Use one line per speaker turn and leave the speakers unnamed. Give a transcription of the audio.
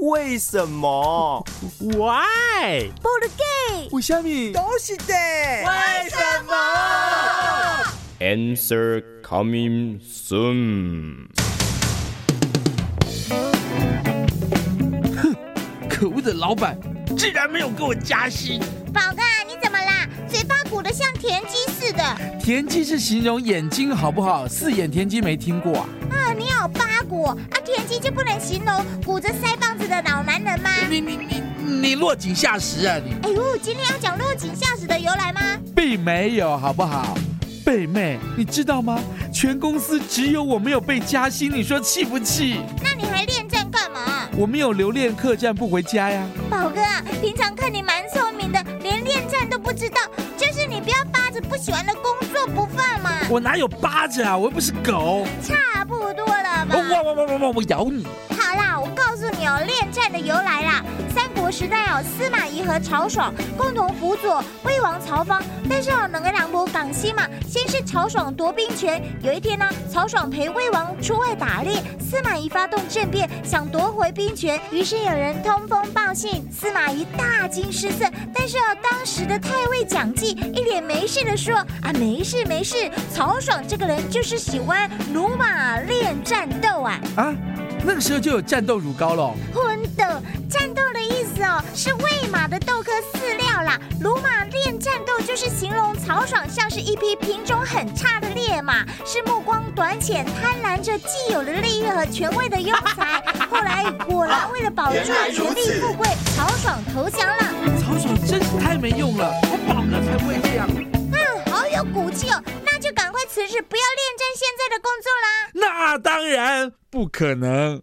为什么？
Why？
不如给
为什么
都是的。
为什么？
Answer coming soon。
可恶的老板，竟然没有给我加薪！
宝哥啊，你怎么啦？嘴巴鼓得像田鸡似的。啊，
田鸡是形容眼睛好不好？四眼田鸡没听过啊？
你好八股哦啊！田鸡就不能形容鼓着腮帮子的老男人吗？
你你你你落井下石啊你！
哎呦，今天要讲落井下石的由来吗？
并没有，好不好？贝妹，你知道吗？全公司只有我没有被加薪，你说气不气？
那你还恋战干嘛？
我没有留恋客栈不回家呀。
宝哥啊，平常看你蛮聪明的，连恋战都不知道，就是你不要扒着不喜欢的工作不放嘛，
我哪有扒着啊？我又不是狗。
差不多了吧？
哇哇哇哇哇！我咬你！
好啦，我告诉你哦，恋战的由来啦。三国时代哦，司马懿和曹爽共同辅佐魏王曹芳，但是哦，两个两波港西嘛，先是曹爽夺兵权。有一天呢，曹爽陪魏王出外打猎，司马懿发动政变，想夺回兵权，于是有人通风报信，司马懿大惊失色。但是哦，当时的太尉蒋济一脸没事的说啊，没事没事，曹爽这个人就是喜欢鲁莽恋战斗啊。
啊，那个时候就有战斗乳膏了。
昏的战斗的意思哦，是喂马的豆科饲料啦。鲁马恋战斗就是形容曹爽像是一匹品种很差的烈马，是目光短浅，贪婪着既有的利益和权位的庸才。后来果然为了保住权力富贵，曹爽投降了。
曹爽真是太没用了，我宝哥才不会这样。
嗯，好有骨气哦，那就赶快辞职，不要恋战现在的工作啦。
那当然不可能，